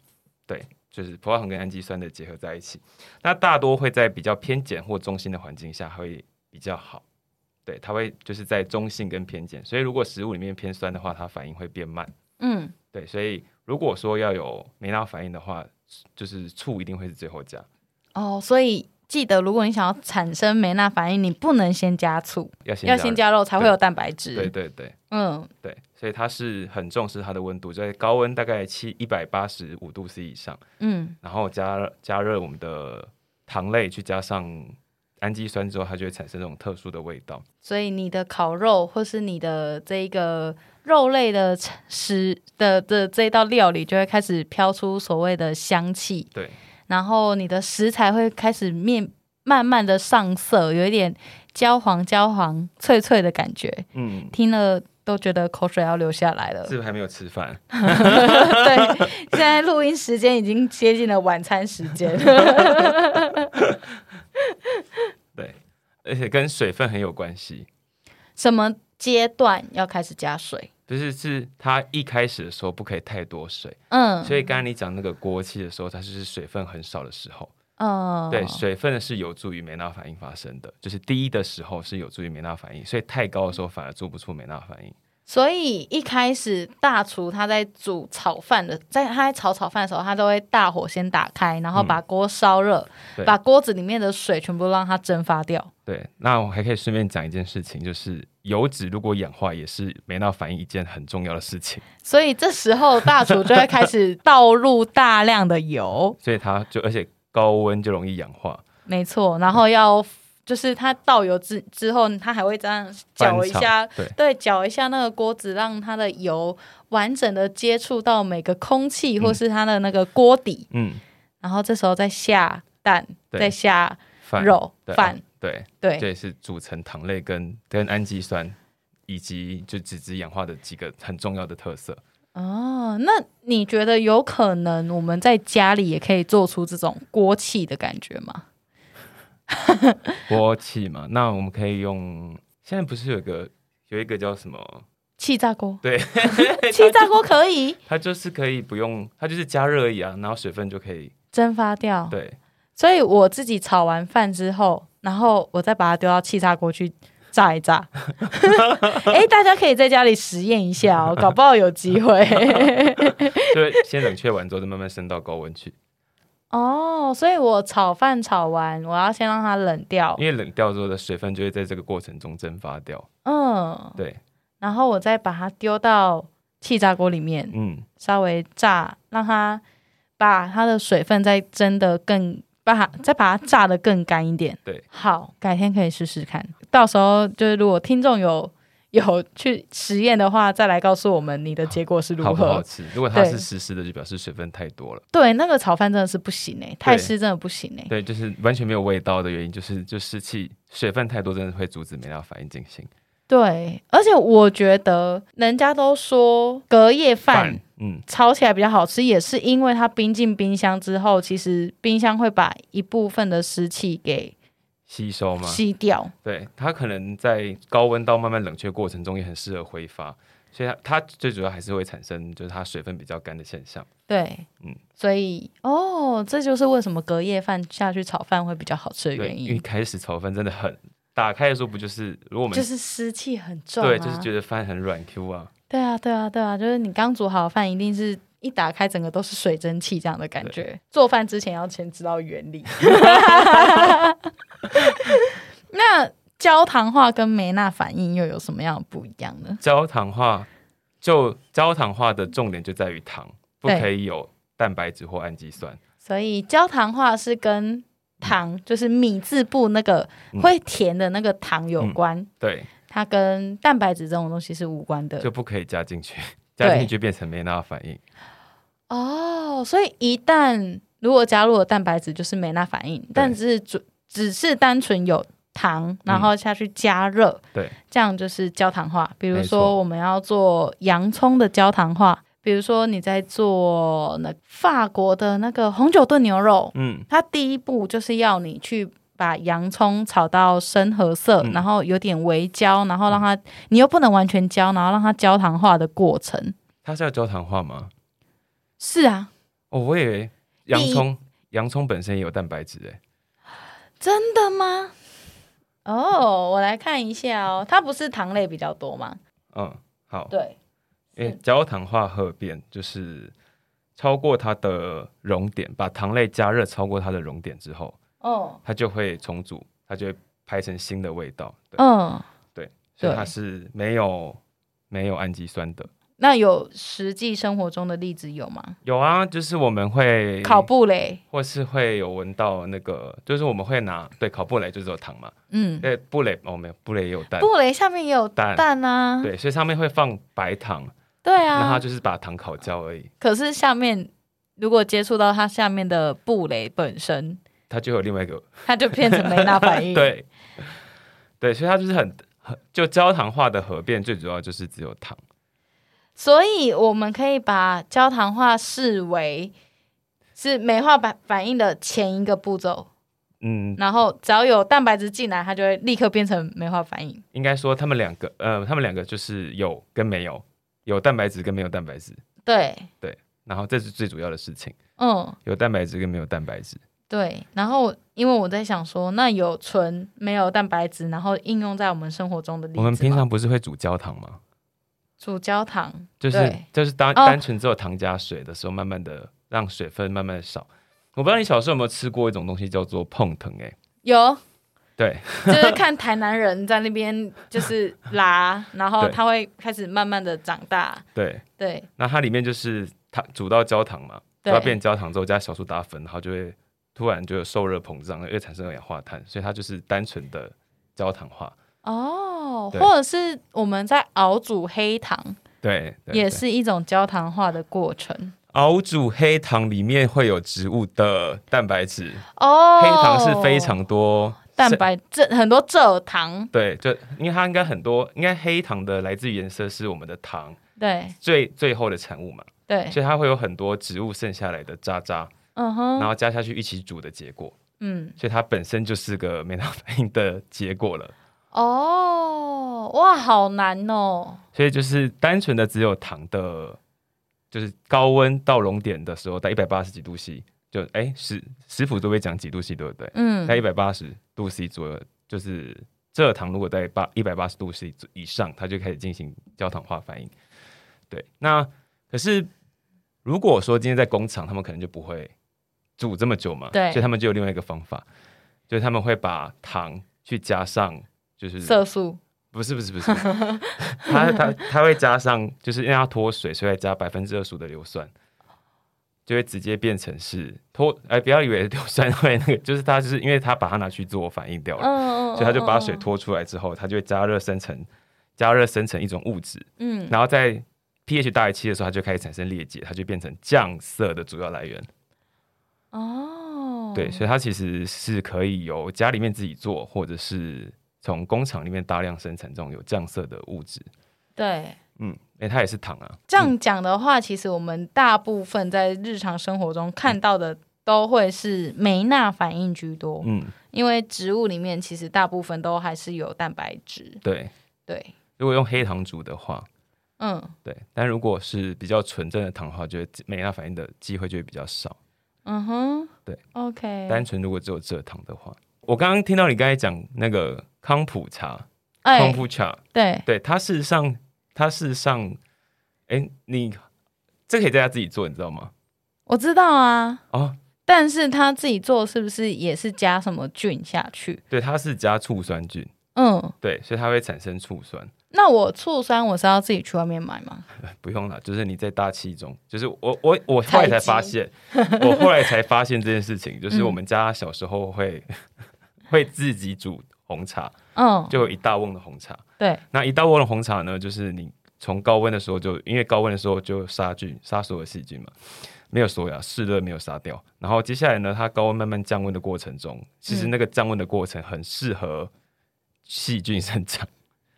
对，就是葡萄糖跟氨基酸的结合在一起。那大多会在比较偏碱或中性的环境下会比较好，对，它会就是在中性跟偏碱，所以如果食物里面偏酸的话，它反应会变慢，
嗯，
对，所以如果说要有梅纳反应的话，就是醋一定会是最后加，
哦，所以记得，如果你想要产生梅纳反应，你不能先加醋，
要先
要先加肉才会有蛋白
对
质。
对对。
嗯，
对，所以它是很重视它的温度，在高温大概七一百八十五度 C 以上，
嗯，
然后加加热我们的糖类，去加上氨基酸之后，它就会产生这种特殊的味道。
所以你的烤肉或是你的这一个肉类的食的的这一道料理，就会开始飘出所谓的香气，
对，
然后你的食材会开始面慢慢的上色，有一点焦黄焦黄脆脆的感觉，
嗯，
听了都觉得口水要流下来了
是。不是还没有吃饭？
对，现在录音时间已经接近了晚餐时间。
对，而且跟水分很有关系，
什么阶段要开始加水？
就是是它一开始的时候不可以太多水，
嗯，
所以刚才你讲那个锅气的时候，它就是水分很少的时候。
嗯，
对，水分是有助于梅纳反应发生的，就是低的时候是有助于梅纳反应，所以太高的时候反而做不出梅纳反应。
所以一开始大厨他在煮炒饭的，在他在炒炒饭的时候，他都会大火先打开，然后把锅烧热，
嗯对
把锅子里面的水全部让它蒸发掉。
对，那我还可以顺便讲一件事情，就是油脂如果氧化也是梅纳反应一件很重要的事情，
所以这时候大厨就会开始倒入大量的 油，
所以它就而且高温就容易氧 化，
没错，然后要。就是他倒油之之后，他还会这样搅一
翻炒
下，
对
对，搅一下那个锅子，让它的油完整的接触到每个空气或是它的那个锅底，
嗯，
然后这时候再下蛋，
对
再下
饭
肉
对哦
饭，
对，
对，
这也是组成糖类跟跟氨基酸以及就脂质氧化的几个很重要的特色。
哦，那你觉得有可能我们在家里也可以做出这种锅气的感觉吗？
锅气嘛，那我们可以用现在不是有一个有一个叫什么？
气炸锅，
对，
气炸锅可以
它就是可以不用，它就是加热而已啊，然后水分就可以
蒸发掉，
对。
所以我自己炒完饭之后，然后我再把它丢到气炸锅去炸一 炸。哎、大家可以在家里实验一下 哦，搞不好有机会。
就先冷却完之后，再慢慢升到高温去，
哦，所以我炒饭炒完，我要先让它冷掉
因，为冷掉之后的水分就会在这个过程中蒸发掉。
嗯，
对，
然后我再把它丢到气炸锅里面，
嗯，
稍微炸，让它把它的水分再蒸的更，把它再把它炸的更干一点。
对，
好，改天可以试试看。到时候就是如果听众有 有去实验的话，再来告诉我们你的结果是如
好
何。
不好吃？如果它是
对
湿湿的，就表示水分太多了。
对，那个炒饭真的是不行哎、太湿真的不行哎、
对，就是完全没有味道的原因，就是就湿气水分太多，真的会阻止酶料反应进行。
对，而且我觉得人家都说隔夜饭。，
嗯，
炒起来比较好吃，也是因为它冰进冰箱之后，其实冰箱会把一部分的湿气给
吸收吗？
吸掉。
对，它可能在高温到慢慢冷却过程中也很适合挥发，所以它它最主要还是会产生就是它水分比较干的现象。
对，
嗯
所以哦，这就是为什么隔夜饭下去炒饭会比较好吃的
对，
原
因为一
因，
开始炒饭真的很打开的时候不就是如果我们、
就是湿气很重、啊，
对就是觉得饭很软 Q 啊，
对啊，对啊，对啊，就是你刚煮好的饭，一定是一打开整个都是水蒸气这样的感觉。做饭之前要先知道原 理。 那焦糖化跟梅纳反应又有什么样的不一样呢？
焦糖化就焦糖化的重点就在于糖，不
对
可以有蛋白质或氨基酸。
所以焦糖化是跟糖，就是米字部那个
嗯
会甜的那个糖有关，
对，
它跟蛋白质这种东西是无关的
就。不可以加进去，
呃对
加进去变成梅纳反应。
哦，所以一旦如果加入了蛋白质，就是梅纳反应，但只是只只是单纯有糖，然后下去加热，
嗯对，
这样就是焦糖化。比如
没错
说我们要做洋葱的焦糖化，比如说你在做那法国的那个红酒炖牛肉，
嗯，
它第一步就是要你去。把洋葱炒到深褐色，
嗯
然后有点微焦，然后让它，你又不能完全焦，然后让它焦糖化的过程。
它是要焦糖化吗？
是啊，
哦，我以为洋
第一
葱洋葱本身也有蛋白质欸诶。
真的吗？哦，我来看一下哦，它不是糖类比较多吗？
嗯，好，
对，
因为
是
焦糖化褐变就是超过它的熔点，把糖类加热超过它的熔点之后，
哦，
它就会重组，它就会排成新的味道。对，
嗯，
所以它是没有没有氨基酸的。
那有实际生活中的例子有吗？
有啊，就是我们会
烤布雷，
或是会有闻到那个，就是我们会拿对烤布雷就是有糖嘛，
嗯，
对布雷哦没有布雷也有蛋，
布雷下面也有
蛋
蛋啊，
对，所以上面会放白糖，
对
那它
啊，
就是把糖烤焦而已，
可是下面如果接触到它下面的布雷本身，
它就有另外一个
它就变成梅纳反应，，
对对，所以它就是很很就焦糖化的核变，最主要就是只有糖，
所以我们可以把焦糖化视为是酶化反反应的前一个步骤。
嗯，
然后只要有蛋白质进来，它就会立刻变成酶化反应。
应该说他们两个呃，他们两个就是有跟没有，有蛋白质跟没有蛋白质，
对，
然后这是最主要的事情，
嗯，
有蛋白质跟没有蛋白质，
对。然后因为我在想说，那有纯没有蛋白质，然后应用在我们生活中的例子
我
吗，
们平常不是会煮焦糖吗？
煮焦糖，
就是
对
就是单
哦
单纯只有糖加水的时候，慢慢的让水分慢慢的少。我不知道你小时候有没有吃过一种东西叫做碰藤、欸，
有
对，
就是看台南人在那边就是拉，然后
对
它会开始慢慢的长大。
对，
对
那它里面就是糖煮到焦糖嘛，
对
它变焦糖之后加小苏打粉，然后就会突然就有受热膨胀，又产生二氧化碳，所以它就是单纯的焦糖化。
哦，
对
或者是我们在熬煮黑糖，
对，对
也
对
是一种焦糖化的过程。
熬煮黑糖里面会有植物的蛋白质，
哦，
黑糖是非常多哦
蛋白，这很多蔗糖，
对，就因为它应该很多，应该黑糖的来自于颜色是我们的糖
对
最最后的产物嘛，
对，
所以它会有很多植物剩下来的渣渣，
嗯
然
哼，
后加下去一起煮的结果，
嗯，
所以它本身就是个 梅纳反应的结果了。
哦，哇，好难哦，
所以就是单纯的只有糖的，就是高温到熔点的时候，在一百八十几度 C，就哎食食谱都会讲几度 C 对不对？
嗯
在一百八十度 C 左右，就是蔗糖如果在八一百八十度 C 以上，它就开始进行焦糖化反应。对，那可是如果说今天在工厂，他们可能就不会煮这么久嘛，
对
所以他们就有另外一个方法，就是他们会把糖去加上，就是
色素，
不是不是不 是，它它它会加上，就是因为它脱水，所以会加百分之二十五的硫酸，就会直接变成是脱。哎、不要以为硫酸会那个， 就是它就是因为它把它拿去做反应掉
嗯
了，
嗯，
所以它就把水
嗯，
脱出来之后，它就会加热生成，加热生成一种物质，
嗯，
然后在 pH 大于七的时候，它就开始产生裂解，它就变成酱色的主要来源。
哦，
对，所以它其实是可以由家里面自己做，或者是从工厂里面大量生产这种有酱色的物质。
对。
嗯，哎、它也是糖啊。
这样讲的话，其实我们大部分在日常生活中看到的都会是梅纳反应居多，
嗯，嗯，
因为植物里面其实大部分都还是有蛋白质。
对。
对，
如果用黑糖煮的话，
嗯
对，但如果是比较纯正的糖的话，就会美拉反应的机会就会比较少。
嗯哼，
对
，OK，
单纯如果只有蔗糖的话，我刚刚听到你刚才讲那个康普茶，
哎
康，普茶，
对，
对它事实上，它事实上，哎，你这可以在家自己做，你知道吗？
我知道啊，
哦，
但是他自己做是不是也是加什么菌下去？
对，它是加醋酸菌，
嗯，
对，所以它会产生醋酸。
那我醋酸我是要自己去外面买吗？
不用了，就是你在大气中，就是我我我后来才发现， 我后来才发现这件事情，就是我们家小时候会、 会自己煮红茶，
嗯，
就有一大瓮的红茶。
对，
那一大瓮的红茶呢，就是你从高温的时候就，因为高温的时候就有杀菌，杀所有细菌嘛，没有所有啊湿热没有杀掉。然后接下来呢，它高温慢慢降温的过程中，其实那个降温的过程很适合细菌生长。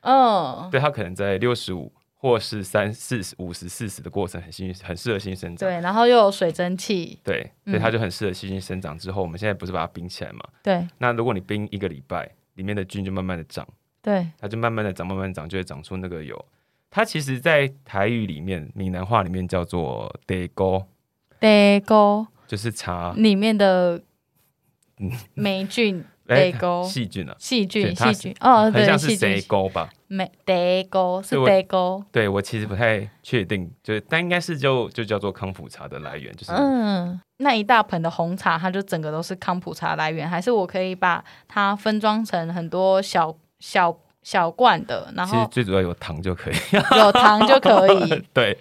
嗯，
对，它可能在六十五或是三四十五十四十的过程很新，很适合新生长。
对，然后又有水蒸气，
对，所
嗯
以它就很适合细菌生长。之后，我们现在不是把它冰起来嘛？
对
那如果你冰一个礼拜，里面的菌就慢慢的长，
对，
它就慢慢的长，慢慢地长，就会长出那个有。它其实，在台语里面、闽南话里面叫做 “day go”，
得沟
就是茶
里面的
嗯
霉 菌，
哎
得沟
细菌啊，
细
对
菌
它
细菌，哦，
很
对，
像是
细
“day
菌
go” 吧？
霉得沟是
对我
得沟，
对我其实不太确定，就是但应该是就就叫做康普茶的来源，就是
嗯，那一大盆的红茶，它就整个都是康普茶来源，还是我可以把它分装成很多小小小罐的，然
其实
后
最主要有糖就可以。
有糖就可以，
对，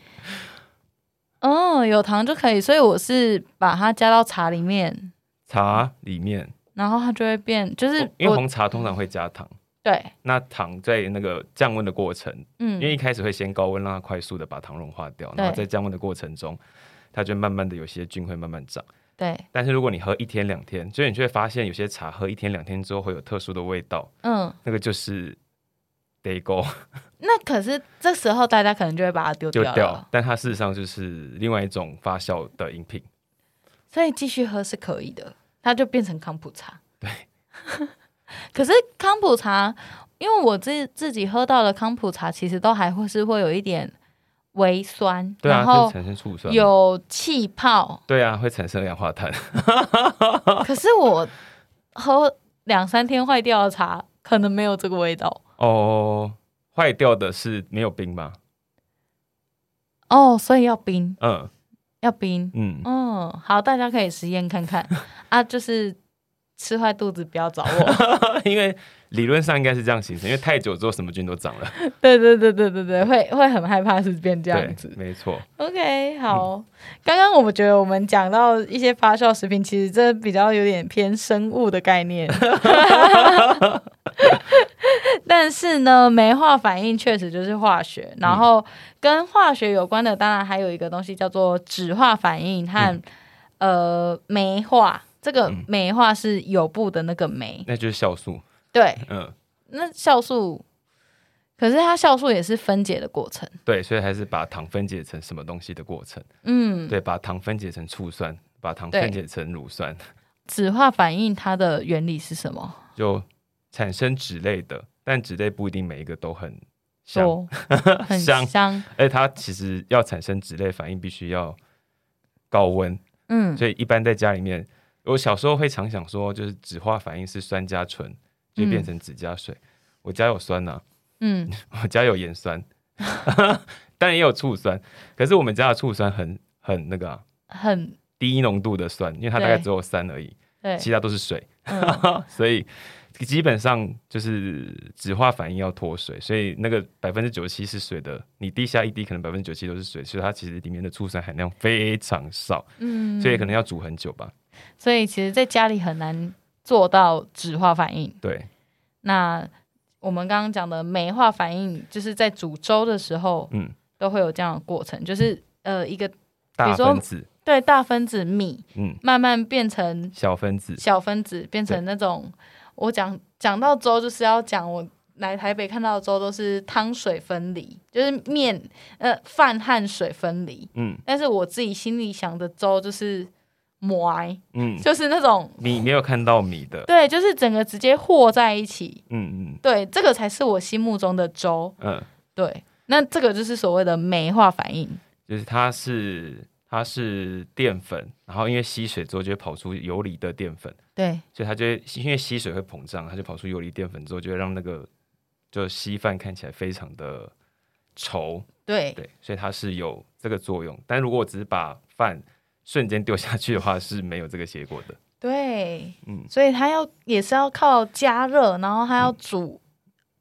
嗯，有糖就可以，所以我是把它加到茶里面，
茶里面，
然后它就会变，就是
哦因为
我
红茶通常会加糖，
对，
那糖在那个降温的过程，因为
嗯
一开始会先高温，让它快速的把糖融化掉，
对
然后在降温的过程中，它就慢慢的有些菌会慢慢长。
对，
但是如果你喝一天两天，所以你就会发现有些茶喝一天两天之后会有特殊的味道，
嗯，
那个就是 day go
那可是这时候大家可能就会把它丢
就
掉了，
掉，但它事实上就是另外一种发酵的饮品。
所以继续喝是可以的，它就变成康普茶。 对，可是康普茶，因为我自自己喝到的康普茶，其实都还会是会有一点微酸，
对啊，
然
就是
后
产生醋酸。
有气泡。
对啊，会产生二氧化碳。
可是我喝两三天坏掉的茶，可能没有这个味道。
哦，坏掉的是没有冰吗？
哦，所以要冰，
嗯
要冰。
嗯。
嗯，好，大家可以实验看 看啊，就是吃坏肚子不要找我。
因为理论上应该是这样形成，因为太久之后什么菌都长了。
对对对对对对，会会很害怕是变这样
对
子，。
没错。
OK，好。刚刚我们觉得我们讲到一些发酵食品，其实这比较有点偏生物的概念，但是呢，酶化反应确实就是化学。然后跟化学有关的，当然还有一个东西叫做酯化反应和、呃酶化。这个
嗯
酶化是有部的那个酶，
那就是酵素。
对。
嗯，
那酵素，可是它酵素也是分解的过程。
对，所以还是把糖分解成什么东西的过程。
嗯，
对，把糖分解成醋酸，把糖
对
分解成乳酸，
酯化反应它的原理是什么？
就产生脂类的。但脂类不一定每一个都很香，
多哦很
香而且它其实要产生脂类反应，必须要高温。
嗯，
所以一般在家里面，我小时候会常想说，就是酯化反应是酸加醇，就变成酯加水。我家有酸呐、啊
嗯，
我家有盐酸， 当然也有醋酸，可是我们家的醋酸很很那个、啊、
很
低浓度的酸，因为它大概
对
只有三而已，
对，
其他都是水，
嗯
所以基本上就是酯化反应要脱水，所以那个百分之九十七是水的，你滴下一滴可能百分之九十七都是水，所以它其实里面的醋酸含量非常少，
嗯，
所以可能要煮很久吧。
所以其实在家里很难做到酯化反应。
对，
那我们刚刚讲的酶化反应，就是在煮粥的时候
嗯，
都会有这样的过程，就是呃一个
大
如说
分子，
对大分子米
嗯，
慢慢变成
小分子，
小分子，变成那种我讲讲到粥就是要讲我。来台北看到的粥都是汤水分离，就是面呃饭和水分离，
嗯
但是我自己心里想的粥就是馍，
嗯，
就是那种
你没有看到米的，
对，就是整个直接和在一起，
嗯嗯
对，这个才是我心目中的粥。
嗯。
对，那这个就是所谓的酶化反应。
就是它是它是淀粉，然后因为吸水之后就会跑出游离的淀粉，
对，
所以它就会因为吸水会膨胀，它就跑出游离淀粉之后，就会让那个就稀饭看起来非常的稠，
对，
对，所以它是有这个作用。但如果我只是把饭瞬间丢下去的话，是没有这个结果的。
对，
嗯，
所以它要也是要靠加热，然后它要煮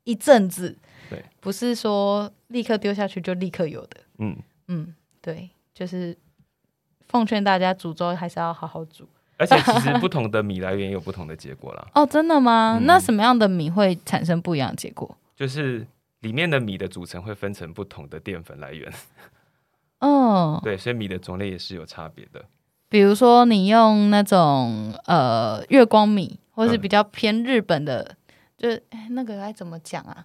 一阵子，
对，
不是说立刻丢下去就立刻有的。
嗯，
嗯，对，就是奉劝大家煮粥还是要好好煮。
而且其实不同的米来源也有不同的结果啦，
哦，真的吗？
嗯
那什么样的米会产生不一样的结果？
就是里面的米的组成会分成不同的淀粉来源，
嗯，
对，所以米的种类也是有差别的。
比如说你用那种呃月光米，或是
嗯
比较偏日本的，就是哎那个该怎么讲啊？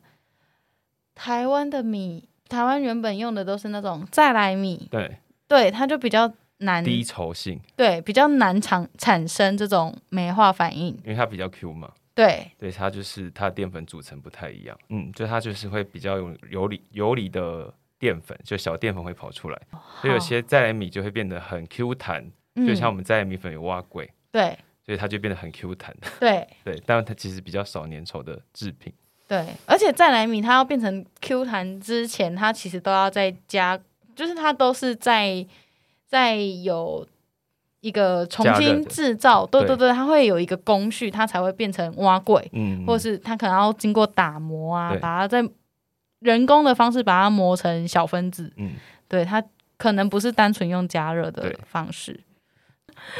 台湾的米，台湾原本用的都是那种再来米，
对，
对，它就比较难，
低稠性，
对，比较难产产生这种酶化反应，
因为它比较 Q 嘛，
对，
对，它就是它的淀粉组成不太一样，嗯，就它就是会比较有游离游离的淀粉，就小淀粉会跑出来，所以有些再来米就会变得很 Q 弹，就像我
嗯、
们再来米粉有蛙桂，
对
所以它就变得很 Q 弹，
对
对，但是它其实比较少粘稠的制品，
对，而且再来米它要变成 Q 弹之前，它其实都要再加，就是它都是在在有一个重
加热
新
的
制造，对对
对
对，它会有一个工序，它才会变成蛙柜，
嗯，
或是它可能要经过打磨啊，
对
把它在人工的方式把它磨成小分子，
嗯，
对它可能不是单纯用加热的
对
方式。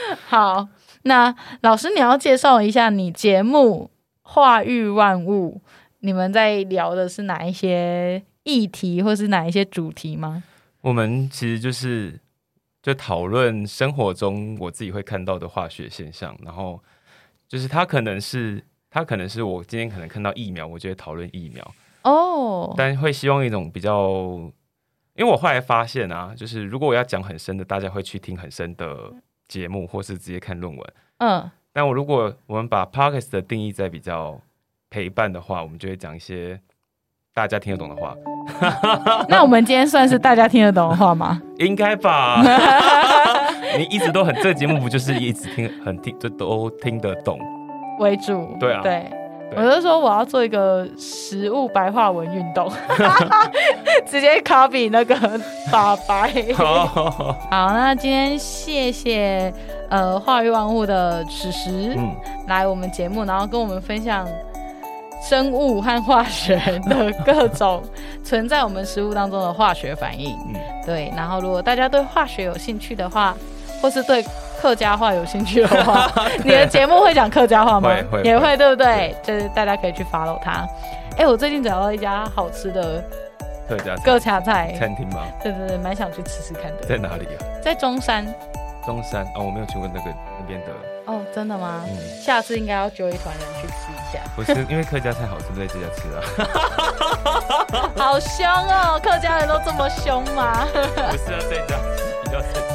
好，那老师你要介绍一下你节目《化育万物》，你们在聊的是哪一些议题，或是哪一些主题吗？
我们其实就是就讨论生活中我自己会看到的化学现象，然后就是它可能是它可能是我今天可能看到疫苗，我就会讨论疫苗。
哦，
但会希望一种比较，因为我后来发现啊，就是如果我要讲很深的，大家会去听很深的节目，或是直接看论文。
嗯，
但我如果我们把 podcast 的定义在比较陪伴的话，我们就会讲一些大家听得懂的话，
那我们今天算是大家听得懂的话吗？
应该吧？你一直都很这个节目不就是一直听很听就都听得 懂？
为主，
对啊
对。
对
我就说我要做一个食物白话文运动， 直接 copy 那个法白。
哦，
好，那今天谢谢呃化育万物的史实、
嗯，
来我们节目，然后跟我们分享生物和化学的各种存在我们食物当中的化学反应。
嗯
对，然后如果大家对化学有兴趣的话，或是对客家话有兴趣的 话，你的节目会讲客家话吗？
会会
也会，
会
对不对？就是大家可以去 follow 它。哎，我最近找到一家好吃的
特家
各家菜，
餐厅吗？
对对对，蛮想去吃吃看的，
在哪里啊？
在中山。
中山哦，我没有去过那个那边的，
哦，真的吗？
嗯。
下次应该要揪一团人去吃一下。
不是因为客家菜好吃，在这家吃啊。
好凶哦，客家人都这么凶吗？
不是啊，在家比较正常。